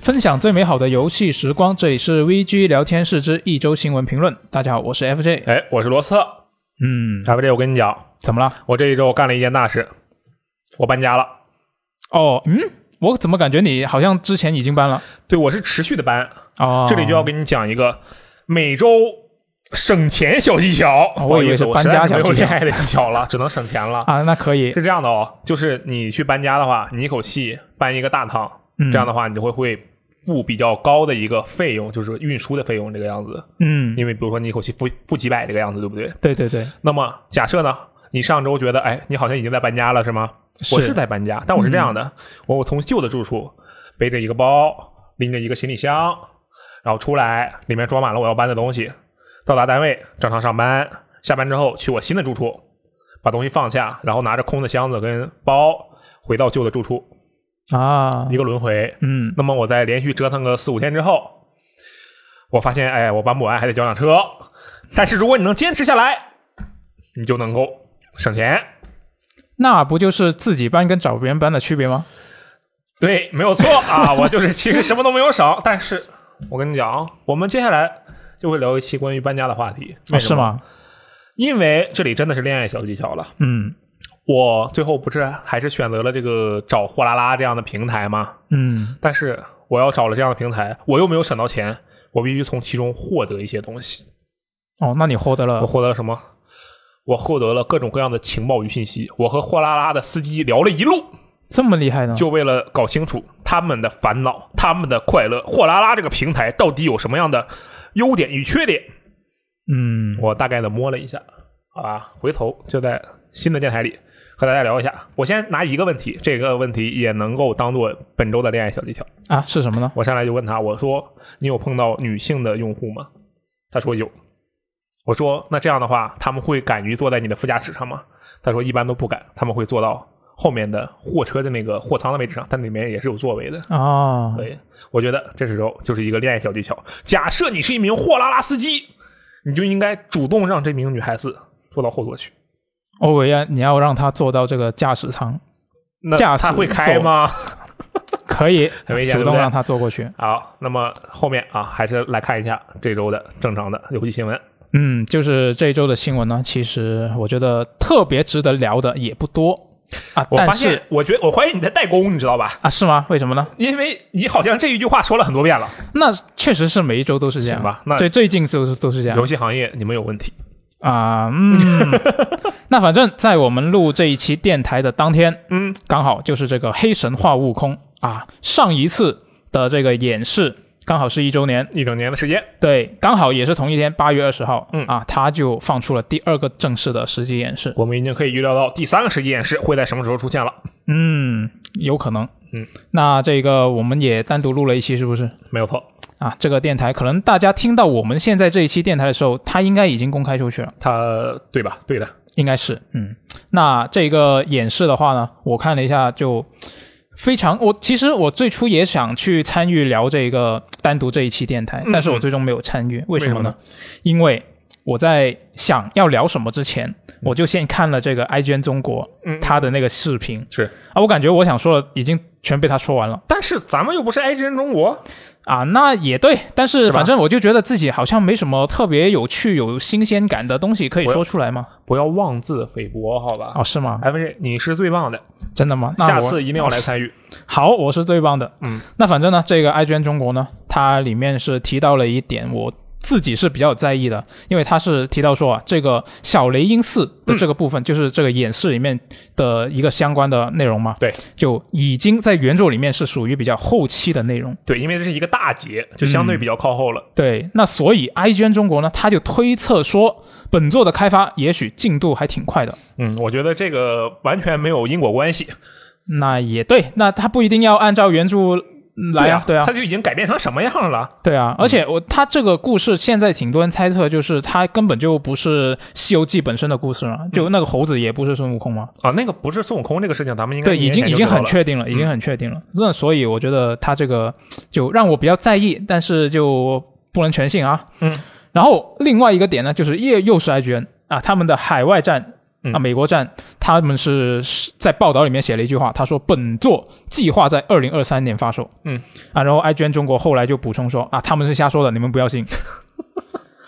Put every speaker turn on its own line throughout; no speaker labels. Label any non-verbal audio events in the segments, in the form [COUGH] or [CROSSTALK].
分享最美好的游戏时光，这里是 VG 聊天室之一周新闻评论。大家好，我是 FJ。
哎，我是罗斯特。
嗯，
大飞这我跟你讲，
怎么了？
我这一周干了一件大事，我搬家了。
哦，嗯，我怎么感觉你好像之前已经搬了？
对我是持续的搬，
哦，
这里就要给你讲一个每周省钱小技巧。
哦
不好
我以
意
为是
思，我
搬
实
家
在是没
小
有
技巧
恋爱的技巧了，只能省
[LAUGHS]
钱了。
啊，那可以。
是这样的哦，就是你去搬家的话，你一口气搬一个大趟，
嗯
这样的话你就会会付比较高的一个费用，就是运输的费用这个样子。
嗯，
因为比如说你一口气付付几百这个样子，对不对？
对对对，
那么假设呢，你上周觉得，哎，你好像已经在搬家了，是吗？
是
我是在搬家，但我是这样的，我我从旧的住处背着一个包，拎着一个行李箱，然后出来，里面装满了我要搬的东西。到达单位，正常上班，下班之后去我新的住处，把东西放下，然后拿着空的箱子跟包回到旧的住处，
啊
一，个轮回。
嗯，
那么我在连续折腾个四五天之后，我发现，哎，我搬不完还得脚辆车。但是如果你能坚持下来，你就能够省钱。
那不就是自己搬跟找别人搬的区别吗？
对，没有错啊，我就是其实什么都没有省，但是我跟你讲啊，我们接下来就会聊一期关于搬家的话题，
哦
为
是
什么？
吗？
因为这里真的是恋爱小技巧了。
嗯
我最后不是还是选择了这个找货拉拉这样的平台吗？
嗯，
但是我要找了这样的平台，我又没有省到钱，我必须从其中获得一些东西。
哦，那你获得
我
了
获得了什么？我获得了各种各样的情报与信息。我和货拉拉的司机聊了一路，
这么厉害呢？
就为了搞清楚他们的烦恼、他们的快乐，货拉拉这个平台到底有什么样的优点与缺点。
嗯，
我大概的摸了一下，好吧，回头就在新的电台里和大家聊一下。我先拿一个问题，这个问题也能够当做本周的恋爱小技巧。
啊，是什么呢？
我上来就问他，我说你有碰到女性的用户吗？他说有。我说那这样的话，他们会敢于坐在你的副驾驶上吗？他说一般都不敢，他们会坐到后面的货车的那个货舱的位置上，但里面也是有座位的。
哦，
对，我觉得这时候就是一个恋爱小技巧。假设你是一名货拉拉司机，你就应该主动让这名女孩子坐到后座去。
欧维啊，你要让他坐到这个驾驶舱，
那
驾驶
他会开吗？
可以
很危险
主
对
动
不对
让他坐过去。
好，那么后面啊，还是来看一下这周的正常的游戏新闻。
嗯，就是这一周的新闻呢，其实我觉得特别值得聊的也不多啊，
我
但
发
是
现，我觉得我怀疑你在代工，你知道吧？
啊，是吗？为什么呢？
因为你好像这一句话说了很多遍了。
那确实是每一周都是这样
行吧那
对，啊最近都是都是这样
游戏行业你们有问题，
啊。
[LAUGHS]
嗯，那反正在我们录这一期电台的当天，
嗯，
刚好就是这个黑神话悟空啊，上一次的这个演示刚好是一周年，
一整年的时间，
对，刚好也是同一天，八月二十号，
嗯
啊，他就放出了第二个正式的实际演示，
我们已经可以预料到第三个实际演示会在什么时候出现了。
嗯，有可能，
嗯，
那这个我们也单独录了一期，是不是？
没有错，
啊，这个电台可能大家听到我们现在这一期电台的时候，它应该已经公开出去了，
它对吧？对的，
应该是，嗯，那这个演示的话呢，我看了一下就。非常，我其实我最初也想去参与聊这个单独这一期电台，
嗯
但是我最终没有参与，为什么
为什么
呢
呢？
因为我在想要聊什么之前，我就先看了这个 IGN 中国
嗯，
他的那个视频
是。
啊，我感觉我想说的已经全被他说完了
但是咱们又不是 IGN 中国，
啊，那也对，但是
是吧
反正我就觉得自己好像没什么特别有趣、有新鲜感的东西可以
我
说出来吗？
不要妄自菲薄，好吧？
哦，是吗？
哎，不是，你是最棒的，
真的吗？那
下
我
次一定要来参与。
好，我是最棒的。
嗯，
那反正呢，这个 IGN 中国呢，它里面是提到了一点我自己是比较在意的，因为它是提到说啊，这个小雷音寺的这个部分，就是这个演示里面的一个相关的内容嘛。
对，
就已经在原作里面是属于比较后期的内容。
对，因为这是一个大节，就相对比较靠后了。
对，那所以 IGN 中国呢，它就推测说，本作的开发也许进度还挺快的。
嗯，我觉得这个完全没有因果关系。
那也对，那它不一定要按照原著来啊，对啊
它，就已经改变成什么样了？
对啊，而且我他这个故事现在挺多人猜测，就是他根本就不是《西游记》本身的故事嘛，就那个猴子也不是孙悟空嘛。
啊，那个不是孙悟空这个事情，咱们应该
对，已
一年
经
前
已
就
经
知道
很
了嗯
确定了，已经很确定了。那所以我觉得他这个就让我比较在意，但是就不能全信啊。
嗯。
然后另外一个点呢，就是又又是 IGN 啊，他们的海外站
嗯
啊，美国站他们是在报道里面写了一句话，他说本作计划在二零二三年发售。
嗯
啊，然后 IGN 中国后来就补充说啊，他们是瞎说的，你们不要信。 [LAUGHS]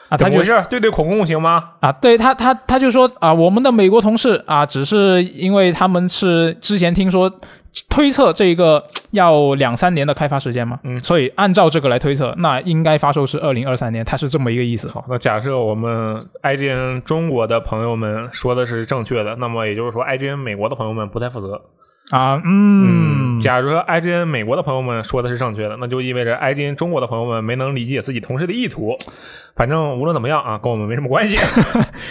啊，
怎
他
么
就
回事？对对口供行吗？
啊，对他，他他就说啊，我们的美国同事啊，只是因为他们是之前听说推测这个要两三年的开发时间嘛，
嗯
所以按照这个来推测，那应该发售是二零二三年，他是这么一个意思。
好，那假设我们 IGN 中国的朋友们说的是正确的，那么也就是说 IGN 美国的朋友们不太负责。
啊，嗯，
假如说 IGN 美国的朋友们说的是正确的，那就意味着 IGN 中国的朋友们没能理解自己同事的意图。反正无论怎么样啊，跟我们没什
[LAUGHS]
么关系。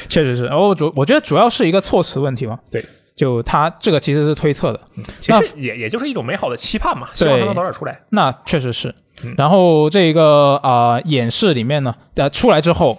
确实是。然后主我觉得主要是一个措辞问题嘛，
对，
就他这个其实是推测的，
其实也也就是一种美好的期盼嘛，希望它能早点出来。
那确实是
嗯。
然后这个啊、呃演示里面呢，呃，出来之后，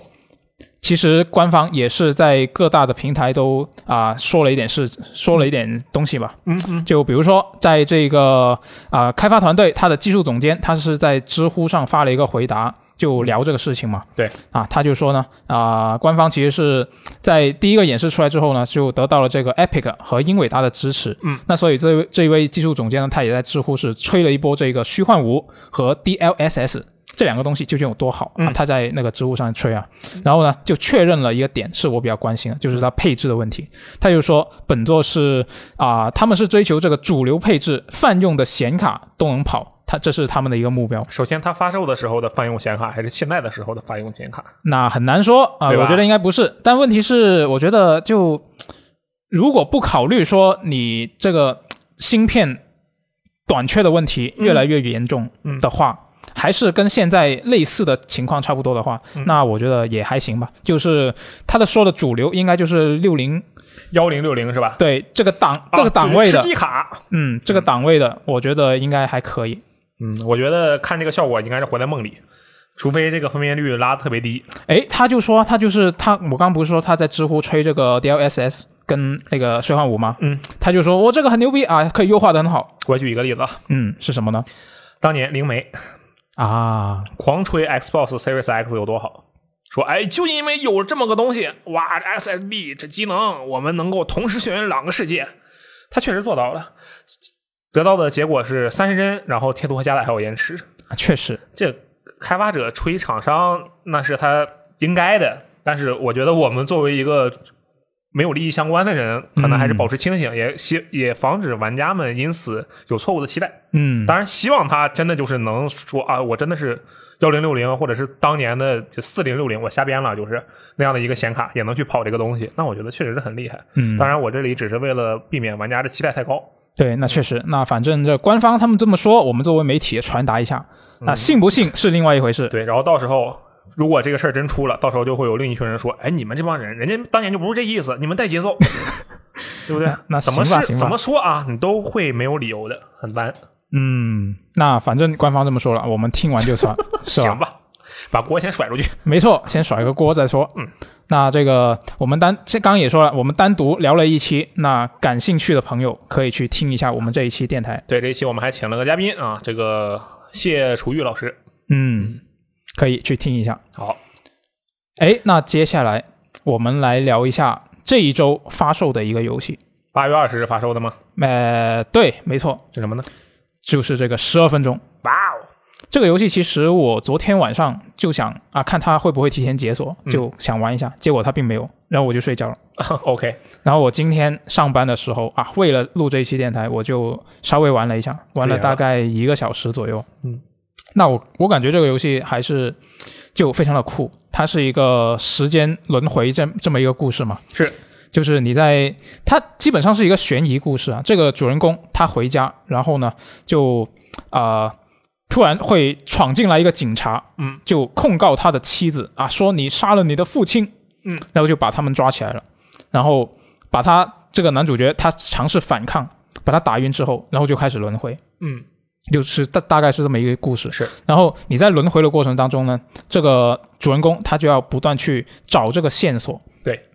其实官方也是在各大的平台都啊、说了一点事，说了一点东西吧。
嗯嗯，
就比如说，在这个啊、开发团队，他的技术总监，他是在知乎上发了一个回答，就聊这个事情嘛。
对
啊，他就说呢，啊、官方其实是在第一个演示出来之后呢，就得到了这个 Epic 和英伟达的支持。
嗯，
那所以这位这一位技术总监呢，他也在知乎是吹了一波这个虚幻五和 DLSS。这两个东西究竟有多好、啊
嗯？
他在那个知乎上吹啊，然后呢，就确认了一个点，是我比较关心的，就是它配置的问题。他就说，本作是啊、他们是追求这个主流配置，泛用的显卡都能跑，它这是他们的一个目标。
首先它发售的时候的泛用显卡还是现在的时候的泛用显卡？
那很难说啊、
对吧
我觉得应该不是。但问题是，我觉得就如果不考虑说你这个芯片短缺的问题越来越严重
嗯
的话，还是跟现在类似的情况差不多的话，
嗯
那我觉得也还行吧。就是他的说的主流应该就是六零
幺零六零是吧？
对这个档、这个档位的，
啊就是吃鸡卡，
嗯，这个档位的，我觉得应该还可以。
嗯，我觉得看这个效果应该是活在梦里，除非这个分辨率拉得特别低。
诶，他就说他就是他，我刚不是说他在知乎吹这个 DLSS 跟那个碎幻五吗？
嗯，
他就说我这个很牛逼啊，可以优化的很好。
我举一个例子，啊，
嗯，是什么呢？
当年灵媒
啊，
狂吹 Xbox Series X 有多好，说哎，就因为有这么个东西，哇，SSD 这机能，我们能够同时眩晕两个世界，它确实做到了，得到的结果是三十帧，然后贴图和加载还有延迟。
啊确实，
这开发者吹厂商那是他应该的，但是我觉得我们作为一个没有利益相关的人，可能还是保持清醒，也希也防止玩家们因此有错误的期待。
嗯，
当然，希望他真的就是能说啊，我真的是幺零六零，或者是当年的就四零六零，我瞎编了，就是那样的一个显卡也能去跑这个东西，那我觉得确实是很厉害。
嗯，
当然，我这里只是为了避免玩家的期待太高。
对，那确实，那反正这官方他们这么说，我们作为媒体也传达一下，那信不信是另外一回事。
嗯对，然后到时候如果这个事儿真出了，到时候就会有另一群人说：“哎，你们这帮人，人家当年就不是这意思，你们带
[LAUGHS]
节奏，对不对？”
那
怎么
行吧
是
行吧
怎么说啊，你都会没有理由的，很烦，
嗯，那反正官方这么说了，我们听完就
[LAUGHS]
算，是吧
行？吧，把锅先甩出去。
没错，先甩个锅再说。
嗯，
那这个我们单这刚刚也说了，我们单独聊了一期，那感兴趣的朋友可以去听一下我们这一期电台。
对，这一期我们还请了个嘉宾啊，这个谢楚玉老师。
嗯，可以去听一下。
好，
哎，那接下来我们来聊一下这一周发售的一个游戏。
八月二十日发售的吗？
呃，对，没错，
是什么呢？
就是这个十二分钟。
哇哦，
这个游戏其实我昨天晚上就想啊，看它会不会提前解锁，就想玩一下，结果它并没有，然后我就睡觉了。
[LAUGHS] OK，
然后我今天上班的时候啊，为了录这一期电台，我就稍微玩了一下，玩了大概一个小时左右。
嗯，
那我我感觉这个游戏还是就非常的酷，它是一个时间轮回这这么一个故事嘛。
是，
就是你在它基本上是一个悬疑故事啊。这个主人公他回家，然后呢就啊、呃突然会闯进来一个警察，
嗯，
就控告他的妻子啊，说你杀了你的父亲，
嗯，
然后就把他们抓起来了，然后把他这个男主角他尝试反抗，把他打晕之后，然后就开始轮回，
嗯，
就是大大概是这么一个故事。
是，
然后你在轮回的过程当中呢，这个主人公他就要不断去找这个线索，
对，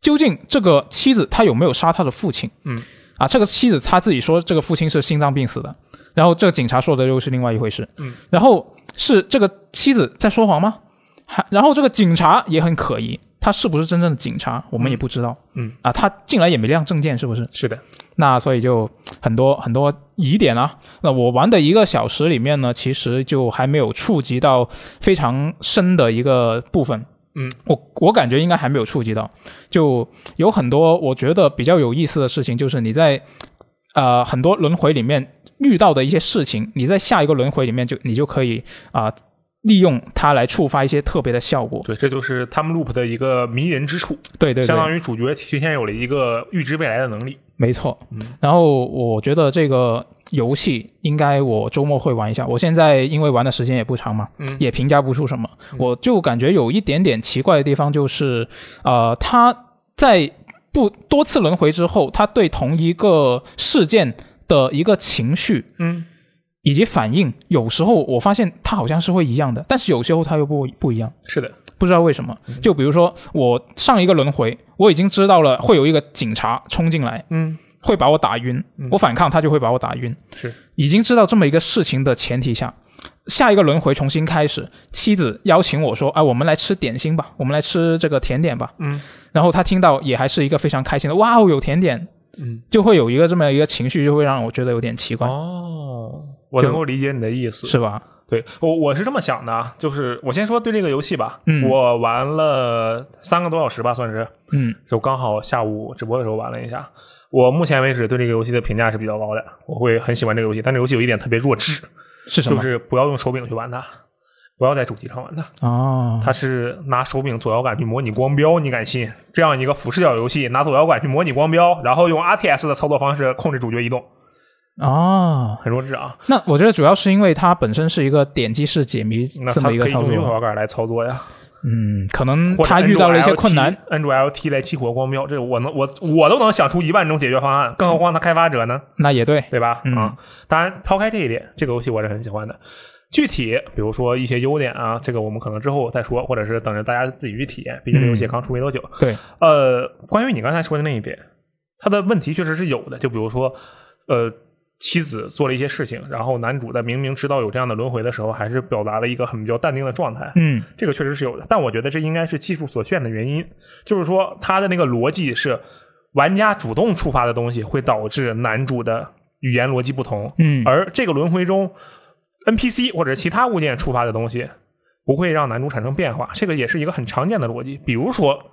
究竟这个妻子她有没有杀她的父亲？
嗯，
啊，这个妻子她自己说这个父亲是心脏病死的，然后这个警察说的又是另外一回事。
嗯，
然后是这个妻子在说谎吗？还然后这个警察也很可疑，他是不是真正的警察，我们也不知道。
嗯
啊，他进来也没亮证件，是不是？
是的，
那所以就很多很多疑点啊。那我玩的一个小时里面呢，其实就还没有触及到非常深的一个部分。
嗯，
我我感觉应该还没有触及到，就有很多我觉得比较有意思的事情，就是你在呃很多轮回里面遇到的一些事情，你在下一个轮回里面就你就可以啊、利用它来触发一些特别的效果。
对，这就是他们 loop 的一个迷人之处，
对对对，
相当于主角提前有了一个预知未来的能力。
没错
嗯，
然后我觉得这个游戏应该我周末会玩一下。我现在因为玩的时间也不长嘛，
嗯
也评价不出什么。我就感觉有一点点奇怪的地方就是，呃，它在不多次轮回之后，它对同一个事件的一个情绪
嗯，
以及反应，有时候我发现它好像是会一样的，但是有时候它又不不一样。
是的，
不知道为什么，就比如说我上一个轮回，我已经知道了会有一个警察冲进来，
嗯，
会把我打晕
嗯，
我反抗他就会把我打晕。
是，
已经知道这么一个事情的前提下，下一个轮回重新开始，妻子邀请我说：“哎，我们来吃点心吧，我们来吃这个甜点吧。”
嗯，
然后他听到也还是一个非常开心的，哇哦，有甜点，
嗯，
就会有一个这么一个情绪，就会让我觉得有点奇怪，
哦，我
就
能够理解你的意思。
是吧？
对我我是这么想的啊，就是我先说对这个游戏吧，
嗯
我玩了三个多小时吧，算是，
嗯
就刚好下午直播的时候玩了一下。我目前为止对这个游戏的评价是比较高的，我会很喜欢这个游戏，但这个游戏有一点特别弱智，
是什
就
么？
是不要用手柄去玩它，不要在主机上玩它。
哦，
它是拿手柄左摇杆去模拟光标，你敢信？这样一个俯视角游戏，拿左摇杆去模拟光标，然后用 RTS 的操作方式控制主角移动，
哦，
很弱智啊！
那我觉得主要是因为它本身是一个点击式解谜
那
这么
它可
一
以
个操
用右
作，
摇杆来操作呀。
嗯，可能
或者
他遇到了一些
N2LT
困难，
，N 住 LT 来激活光标，这我能我我都能想出一万种解决方案，更何况它开发者呢，
那也对，
对吧？
嗯
啊，当然抛开这一点，这个游戏我是很喜欢的。具体比如说一些优点啊，这个我们可能之后再说，或者是等着大家自己去体验，毕竟这个
嗯
游戏刚出没多久。
对，
呃，关于你刚才说的那一点，他的问题确实是有的，就比如说，呃，妻子做了一些事情，然后男主在明明知道有这样的轮回的时候，还是表达了一个很比较淡定的状态。
嗯
这个确实是有的，但我觉得这应该是技术所限的原因，就是说它的那个逻辑是玩家主动触发的东西，会导致男主的语言逻辑不同，
嗯，
而这个轮回中 NPC 或者其他物件触发的东西不会让男主产生变化，这个也是一个很常见的逻辑。比如说，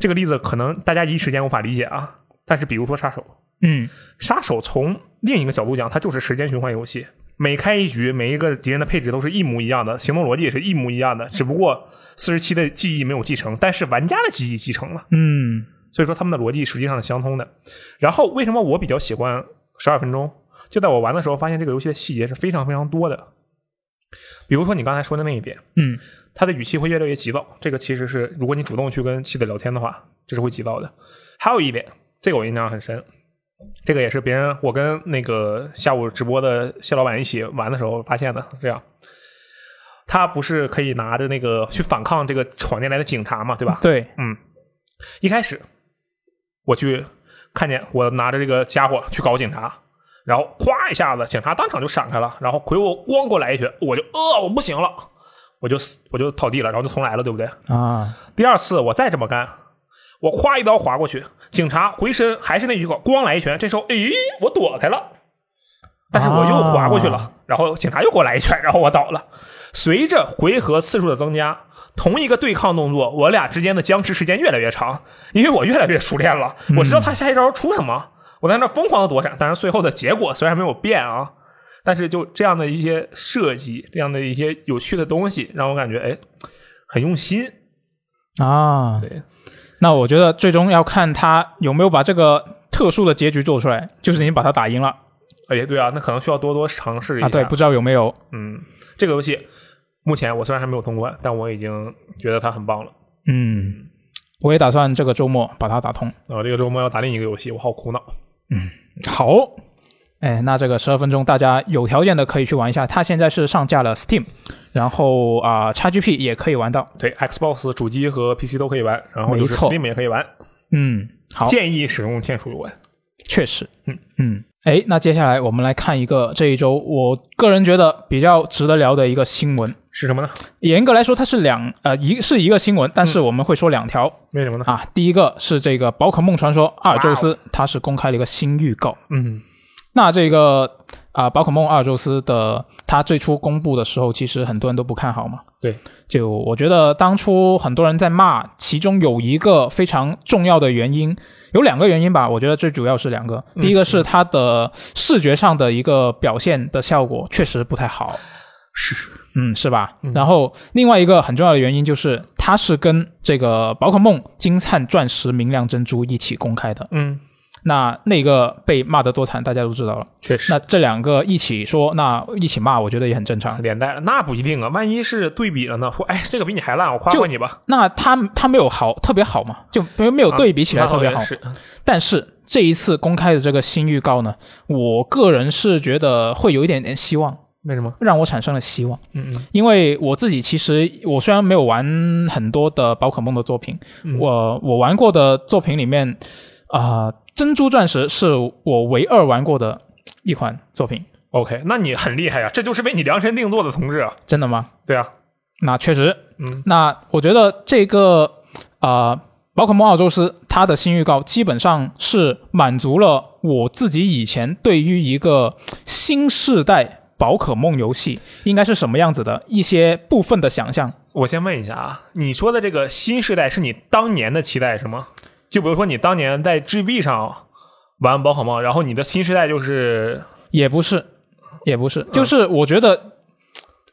这个例子可能大家一时间无法理解啊，但是比如说杀手，
嗯
杀手从另一个角度讲，它就是时间循环游戏。每开一局，每一个敌人的配置都是一模一样的，行动逻辑也是一模一样的，只不过四十七的记忆没有继承，但是玩家的记忆继承了，
嗯
所以说他们的逻辑实际上是相通的。然后为什么我比较喜欢十二分钟？就在我玩的时候，发现这个游戏的细节是非常非常多的。比如说你刚才说的那一点，
嗯
他的语气会越来越急躁。这个其实是，如果你主动去跟妻子聊天的话，这是会急躁的。还有一点，这个我印象很深，这个也是别人我跟那个下午直播的谢老板一起玩的时候发现的。这样，他不是可以拿着那个去反抗这个闯进来的警察嘛，对吧？
对，
嗯，一开始我去看见我拿着这个家伙去搞警察，然后咵一下子，警察当场就闪开了，然后魁我咣给我来一拳，我就呃我不行了，我就死我就倒地了，然后就重来了，对不对？
啊，
第二次我再这么干，我咵一刀划过去，警察回身还是那句话，咣来一拳，这时候诶我躲开了，但是我又划过去了，
啊
然后警察又给我来一拳，然后我倒了。随着回合次数的增加，同一个对抗动作，我俩之间的僵持时间越来越长，因为我越来越熟练了，我知道他下一招出什么，我在那疯狂的躲闪。当然，最后的结果虽然没有变啊，但是就这样的一些设计，这样的一些有趣的东西，让我感觉哎，很用心。
啊，
对，
那我觉得最终要看他有没有把这个特殊的结局做出来，就是你把他打赢了
哎，对啊，那可能需要多多尝试一下。
啊，对，不知道有没有，
嗯，这个游戏目前我虽然还没有通关，但我已经觉得它很棒了。
嗯，我也打算这个周末把它打通。
啊、这个周末要打另一个游戏，我好苦恼。
好，哎，那这个十二分钟大家有条件的可以去玩一下，它现在是上架了 Steam，然后啊、XGP 也可以玩到，
对，Xbox 主机和 PC 都可以玩，然后就是
没错
Steam 也可以玩。
嗯，好，
建议使用键鼠游玩。
确实，
嗯
嗯，哎，那接下来我们来看一个这一周我个人觉得比较值得聊的一个新闻，
是什么呢？
严格来说，它是两呃一是一个新闻，但是我们会说两条、
为什么呢？
啊。第一个是这个《宝可梦传说：阿尔宙斯》，它是公开了一个新预告。
嗯
那这个啊、宝可梦阿尔宙斯的，它最初公布的时候，其实很多人都不看好嘛。
对，
就我觉得当初很多人在骂，其中有一个非常重要的原因，有两个原因吧，我觉得最主要是两个。
嗯
第一个是它的视觉上的一个表现的效果确实不太好，
是，
嗯，是吧？然后另外一个很重要的原因就是，它是跟这个宝可梦金灿钻石明亮珍珠一起公开的，
嗯，
那那个被骂得多惨，大家都知道了。
确实
那这两个一起说，那一起骂，我觉得也很正常。
连带了，那不一定啊，万一是对比了呢？说，哎，这个比你还烂，我夸
就
夸你吧，
那他他没有好特别好嘛，就没有没有对比起来
啊那
特
我
别
也
好。
是，
但是这一次公开的这个新预告呢，我个人是觉得会有一点点希望，
为什么？
让我产生了希望。
嗯嗯
因为我自己其实我虽然没有玩很多的宝可梦的作品，
嗯
我我玩过的作品里面，啊、珍珠钻石是我唯二玩过的一款作品，
，OK，那你很厉害呀，这就是为你量身定做的，同志啊，
真的吗？
对啊，
那确实，
嗯
那我觉得这个呃，宝可梦澳洲斯它的新预告基本上是满足了我自己以前对于一个新世代宝可梦游戏应该是什么样子的一些部分的想象。
我先问一下啊，你说的这个新时代是你当年的期待是吗？就比如说你当年在 GB 上玩宝可梦，然后你的新时代就是
也不是，也不
嗯
是，就是我觉得。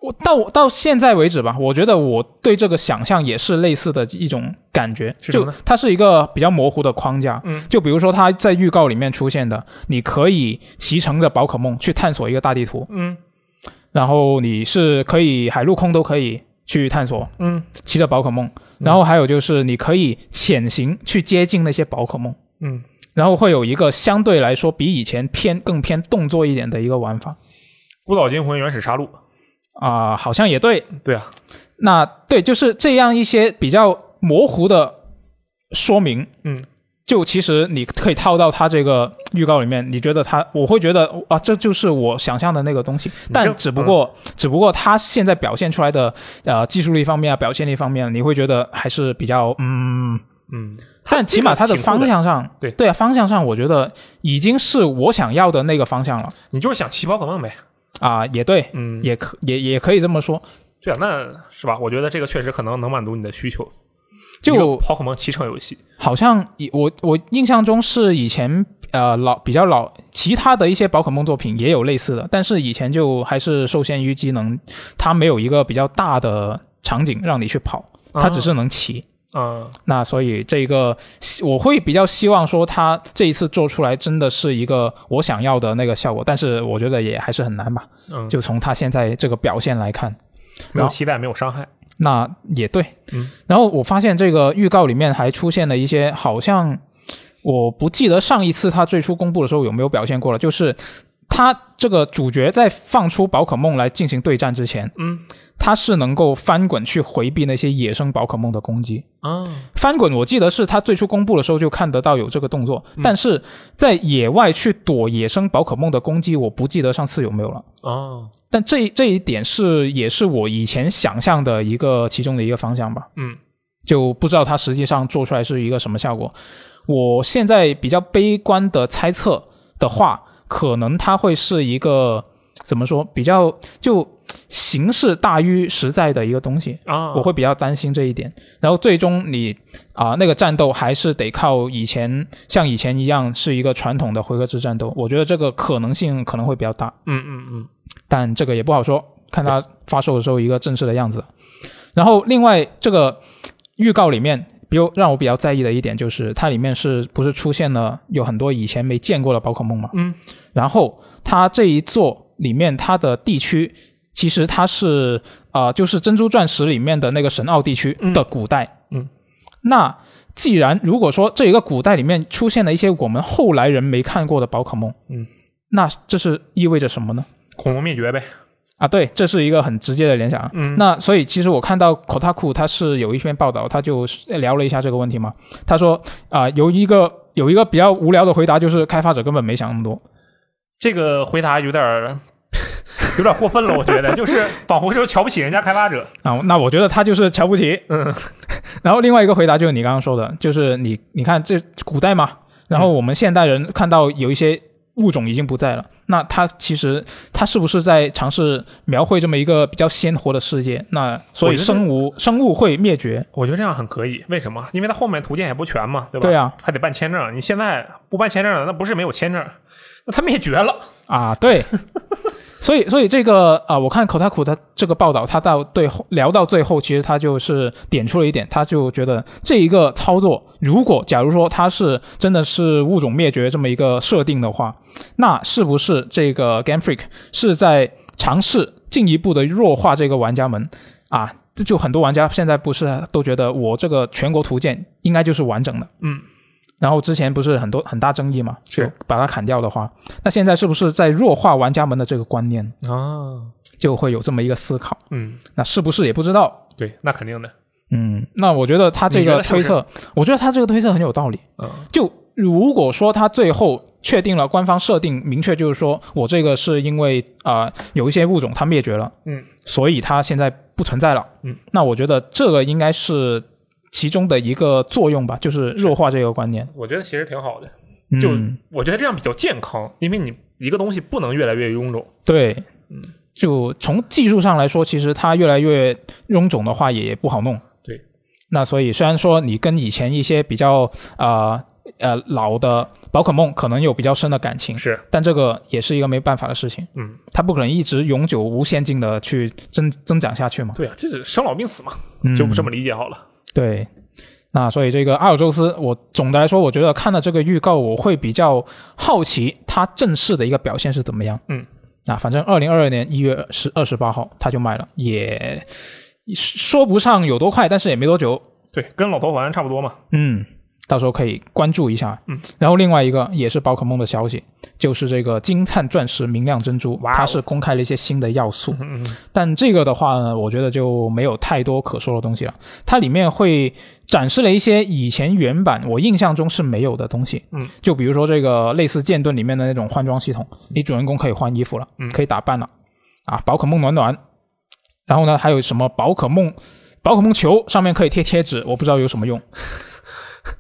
我到到现在为止吧，我觉得我对这个想象也是类似的一种感觉，
是什么
就
呢
它是一个比较模糊的框架。
嗯，
就比如说它在预告里面出现的，你可以骑乘着宝可梦去探索一个大地图，
嗯
然后你是可以海陆空都可以去探索，
嗯
骑着宝可梦，然后还有就是你可以潜行去接近那些宝可梦，
嗯，
然后会有一个相对来说比以前偏更偏动作一点的一个玩法。
孤岛惊魂原始杀戮，
啊、好像也对。
对啊，
那对，就是这样一些比较模糊的说明，
嗯，
就其实你可以套到它这个预告里面，你觉得它，我会觉得啊，这就是我想象的那个东西，
你嗯这
但只不过，只不过它现在表现出来的呃技术力方面啊，表现力方面，你会觉得还是比较嗯，
嗯，
但起码它的
挺酷的
方向上，
对
对啊，方向上，我觉得已经是我想要的那个方向了
你就是想骑宝可梦呗，
啊、也对，
嗯，
也可也也可以这么说，
对啊，那是吧？我觉得这个确实可能能满足你的需求，一
就
个宝可梦骑乘游戏，
好像以我我印象中是以前呃老比较老，其他的一些宝可梦作品也有类似的，但是以前就还是受限于机能，它没有一个比较大的场景让你去跑，
啊
它只是能骑。
嗯
那所以这个希我会比较希望说，它这一次做出来真的是一个我想要的那个效果，但是我觉得也还是很难吧。
嗯，
就从它现在这个表现来看，
没
然
有
后
期待，没有伤害，
那也对，
嗯。
然后我发现这个预告里面还出现了一些，好像我不记得上一次他最初公布的时候有没有表现过了，就是他这个主角在放出宝可梦来进行对战之前，
嗯，
他是能够翻滚去回避那些野生宝可梦的攻击。
啊，
翻滚，我记得是他最初公布的时候就看得到有这个动作，
嗯
但是在野外去躲野生宝可梦的攻击，我不记得上次有没有了。
哦，
但这这一点是也是我以前想象的一个其中的一个方向吧，
嗯，
就不知道它实际上做出来是一个什么效果。我现在比较悲观的猜测的话，可能它会是一个怎么说比较就形式大于实在的一个东西，
啊，
我会比较担心这一点。然后最终你啊、那个战斗还是得靠以前像以前一样是一个传统的回合制战斗，我觉得这个可能性可能会比较大。
嗯嗯嗯，
但这个也不好说，看它发售的时候一个正式的样子。然后另外这个预告里面，比如让我比较在意的一点就是，它里面是不是出现了有很多以前没见过的宝可梦嘛？
嗯。
然后它这一座里面它的地区。其实它是啊、呃就是珍珠钻石里面的那个神奥地区的古代。
嗯嗯
那既然如果说这一个古代里面出现了一些我们后来人没看过的宝可梦，
嗯，
那这是意味着什么呢？
恐龙灭绝呗，
啊，对，这是一个很直接的联想。啊
嗯
那所以其实我看到 Kotaku 它是有一篇报道，他就聊了一下这个问题嘛。他说啊、有一个有一个比较无聊的回答，就是开发者根本没想那么多。
这个回答有点儿有点过分了，我觉得就是仿佛就是瞧不起人家开发者。
啊，那我觉得他就是瞧不起。
嗯，
[LAUGHS] 然后另外一个回答就是你刚刚说的，就是你你看这古代嘛，然
嗯
后我们现代人看到有一些物种已经不在了，那他其实他是不是在尝试描绘这么一个比较鲜活的世界？那所以
我觉得
生物生物会灭绝，
我觉得这样很可以，为什么？因为它后面图鉴也不全嘛，对吧？
对啊
还得办签证。你现在不办签证了，那不是没有签证，那它灭绝了。
啊，对。 [LAUGHS] 所以，所以这个啊、我看口塔苦他这个报道，他到对后聊到最后，其实他就是点出了一点，他就觉得这一个操作，如果假如说它是真的是物种灭绝这么一个设定的话，那是不是这个 Game Freak 是在尝试进一步的弱化这个玩家们啊？这就很多玩家现在不是都觉得我这个全国图鉴应该就是完整的，
嗯，
然后之前不是很多很大争议嘛，
是
就把它砍掉的话，那现在是不是在弱化玩家们的这个观念，
啊，
就会有这么一个思考？
嗯，
那是不是也不知道？
对，那肯定的。
嗯，那我觉得他这
你觉
个
得是不
推
是
测，我觉得他这个推测很有道理。
嗯，
就如果说他最后确定了官方设定，明确就是说我这个是因为啊、呃有一些物种它灭绝了，
嗯，
所以它现在不存在了，
嗯，
那我觉得这个应该是其中的一个作用吧，就是弱化这个观念。
我觉得其实挺好的，就
嗯、
我觉得这样比较健康，因为你一个东西不能越来越臃肿。
对，
嗯，
就从技术上来说，其实它越来越臃肿的话也不好弄。
对，
那所以虽然说你跟以前一些比较呃呃老的宝可梦可能有比较深的感情，
是，
但这个也是一个没办法的事情，
嗯，
它不可能一直永久无限进的去增增长下去嘛，
对啊，这是生老病死嘛，
嗯
就这么理解好了。
对。那所以这个阿尔宙斯，我总的来说，我觉得看了这个预告，我会比较好奇它正式的一个表现是怎么样。
嗯，
啊，反正二零二二年一月十二十八号它就卖了，也说不上有多快，但是也没多久，
对，跟老头环差不多嘛。
嗯，到时候可以关注一下。
嗯，
然后另外一个也是宝可梦的消息，就是这个金灿钻石明亮珍珠，
哇哦
它是公开了一些新的要素，
嗯嗯
但这个的话呢，我觉得就没有太多可说的东西了。它里面会展示了一些以前原版我印象中是没有的东西，
嗯，
就比如说这个类似剑盾里面的那种换装系统，你主人公可以换衣服了，
嗯
可以打扮了，啊，宝可梦暖暖，然后呢还有什么宝可梦宝可梦球上面可以贴贴纸，我不知道有什
[LAUGHS]
么用。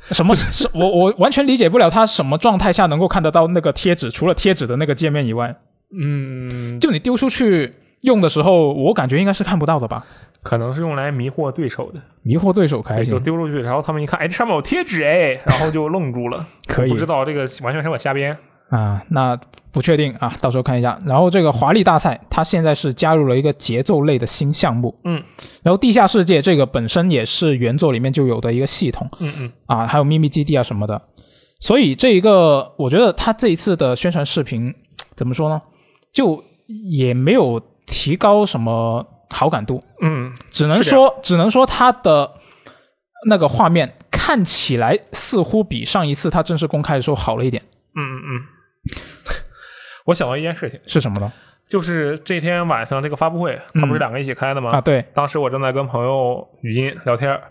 什么？是我我完全理解不了，它什么状态下能够看得到那个贴纸？除了贴纸的那个界面以外，
嗯，
就你丢出去用的时候，我感觉应该是看不到的吧？
可能是用来迷惑对手的，
迷惑对手可还
就
行，
丢出去，然后他们一看，哎，这上面有贴纸哎， [LAUGHS] 然后就愣住了，
可以
不知道这个完全是我瞎编。
啊，那不确定啊，到时候看一下。然后这个华丽大赛，它现在是加入了一个节奏类的新项目，
嗯，
然后地下世界这个本身也是原作里面就有的一个系统
嗯嗯，
啊，还有秘密基地啊什么的。所以这一个，我觉得它这一次的宣传视频怎么说呢，就也没有提高什么好感度，
嗯，
只能
是这
说，只能说它的那个画面看起来似乎比上一次它正式公开的时候好了一点，
嗯嗯嗯。 [LAUGHS] 我想到一件事情，
是什么呢？
就是这天晚上这个发布会，他不是
嗯
两个一起开的吗？
啊，对，
当时我正在跟朋友语音聊天儿，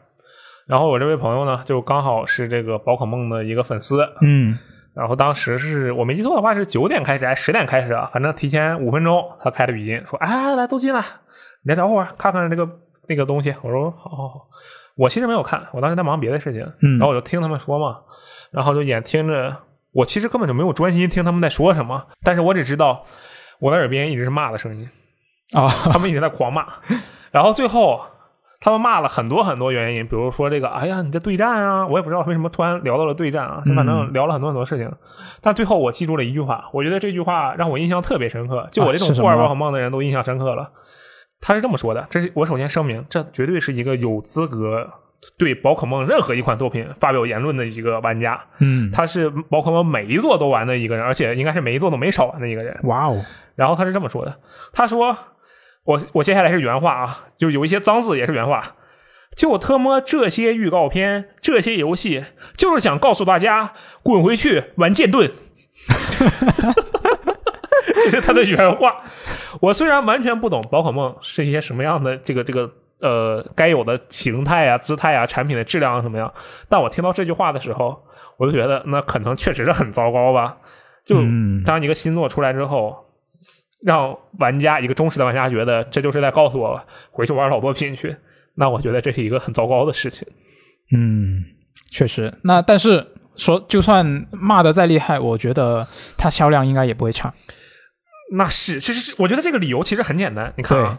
然后我这位朋友呢，就刚好是这个宝可梦的一个粉丝，
嗯，
然后当时是我没记错的话是九点开始还是十点开始啊，反正提前五分钟他开的语音说：“哎，来都进来，来聊会儿，看看这个那个东西。”我说：“好好好。”我其实没有看，我当时在忙别的事情，
嗯
然后我就听他们说嘛，然后就眼听着，我其实根本就没有专心听他们在说什么，但是我只知道我的耳边一直是骂的声音，
[LAUGHS] 啊，
他们一直在狂骂，然后最后他们骂了很多很多原因，比如说这个，哎呀，你这对战啊，我也不知道为什么突然聊到了对战啊，反
嗯
正聊了很多很多事情。但最后我记住了一句话，我觉得这句话让我印象特别深刻，就我这
啊是
种
什
不玩
么
宝可梦的人都印象深刻了。他是这么说的：，这是我首先声明，这绝对是一个有资格对宝可梦任何一款作品发表言论的一个玩家，
嗯，
他是宝可梦每一座都玩的一个人，而且应该是每一座都没少玩的一个人。
哇哦，
然后他是这么说的，他说：“我我接下来是原话啊，就有一些脏字也是原话。就他妈这些预告片，这些游戏，就是想告诉大家滚回去玩剑盾。” [LAUGHS] 这是他的原话。我虽然完全不懂宝可梦是一些什么样的这个这个呃该有的形态啊、姿态啊、产品的质量啊什么样，但我听到这句话的时候，我就觉得那可能确实是很糟糕吧。就
嗯
当一个新作出来之后，让玩家一个忠实的玩家觉得这就是在告诉我回去玩老作品去，那我觉得这是一个很糟糕的事情。
嗯，确实。那但是说，就算骂的再厉害，我觉得它销量应该也不会差。
那是，其实我觉得这个理由其实很简单。你看啊，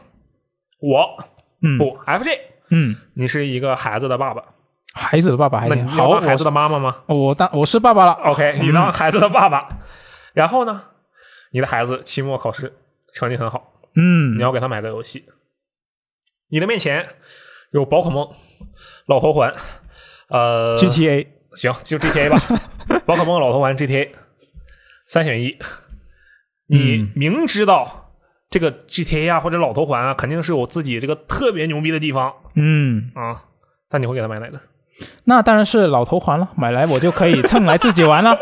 我
嗯，
不 FJ，
嗯，
你是一个孩子的爸爸，
孩子的爸爸还
那你
行。
要
哎好，
当孩
我嗯
子的妈妈吗
我当我是爸爸了。
？OK，你当孩子的爸爸，然后呢，你的孩子期末考试成绩很好，
嗯，
你要给他买个游戏。你的面前有宝可梦、老头环，呃
GTA
行，就
[LAUGHS]
GTA 吧，宝可梦、老头环、GTA，三选一。你
嗯
明知道这个 GTA 啊或者老头环啊，肯定是有自己这个特别牛逼的地方
嗯，
啊，但你会给他买哪个？
那当然是老头环了，买来我就可以蹭来自己玩
[LAUGHS]
了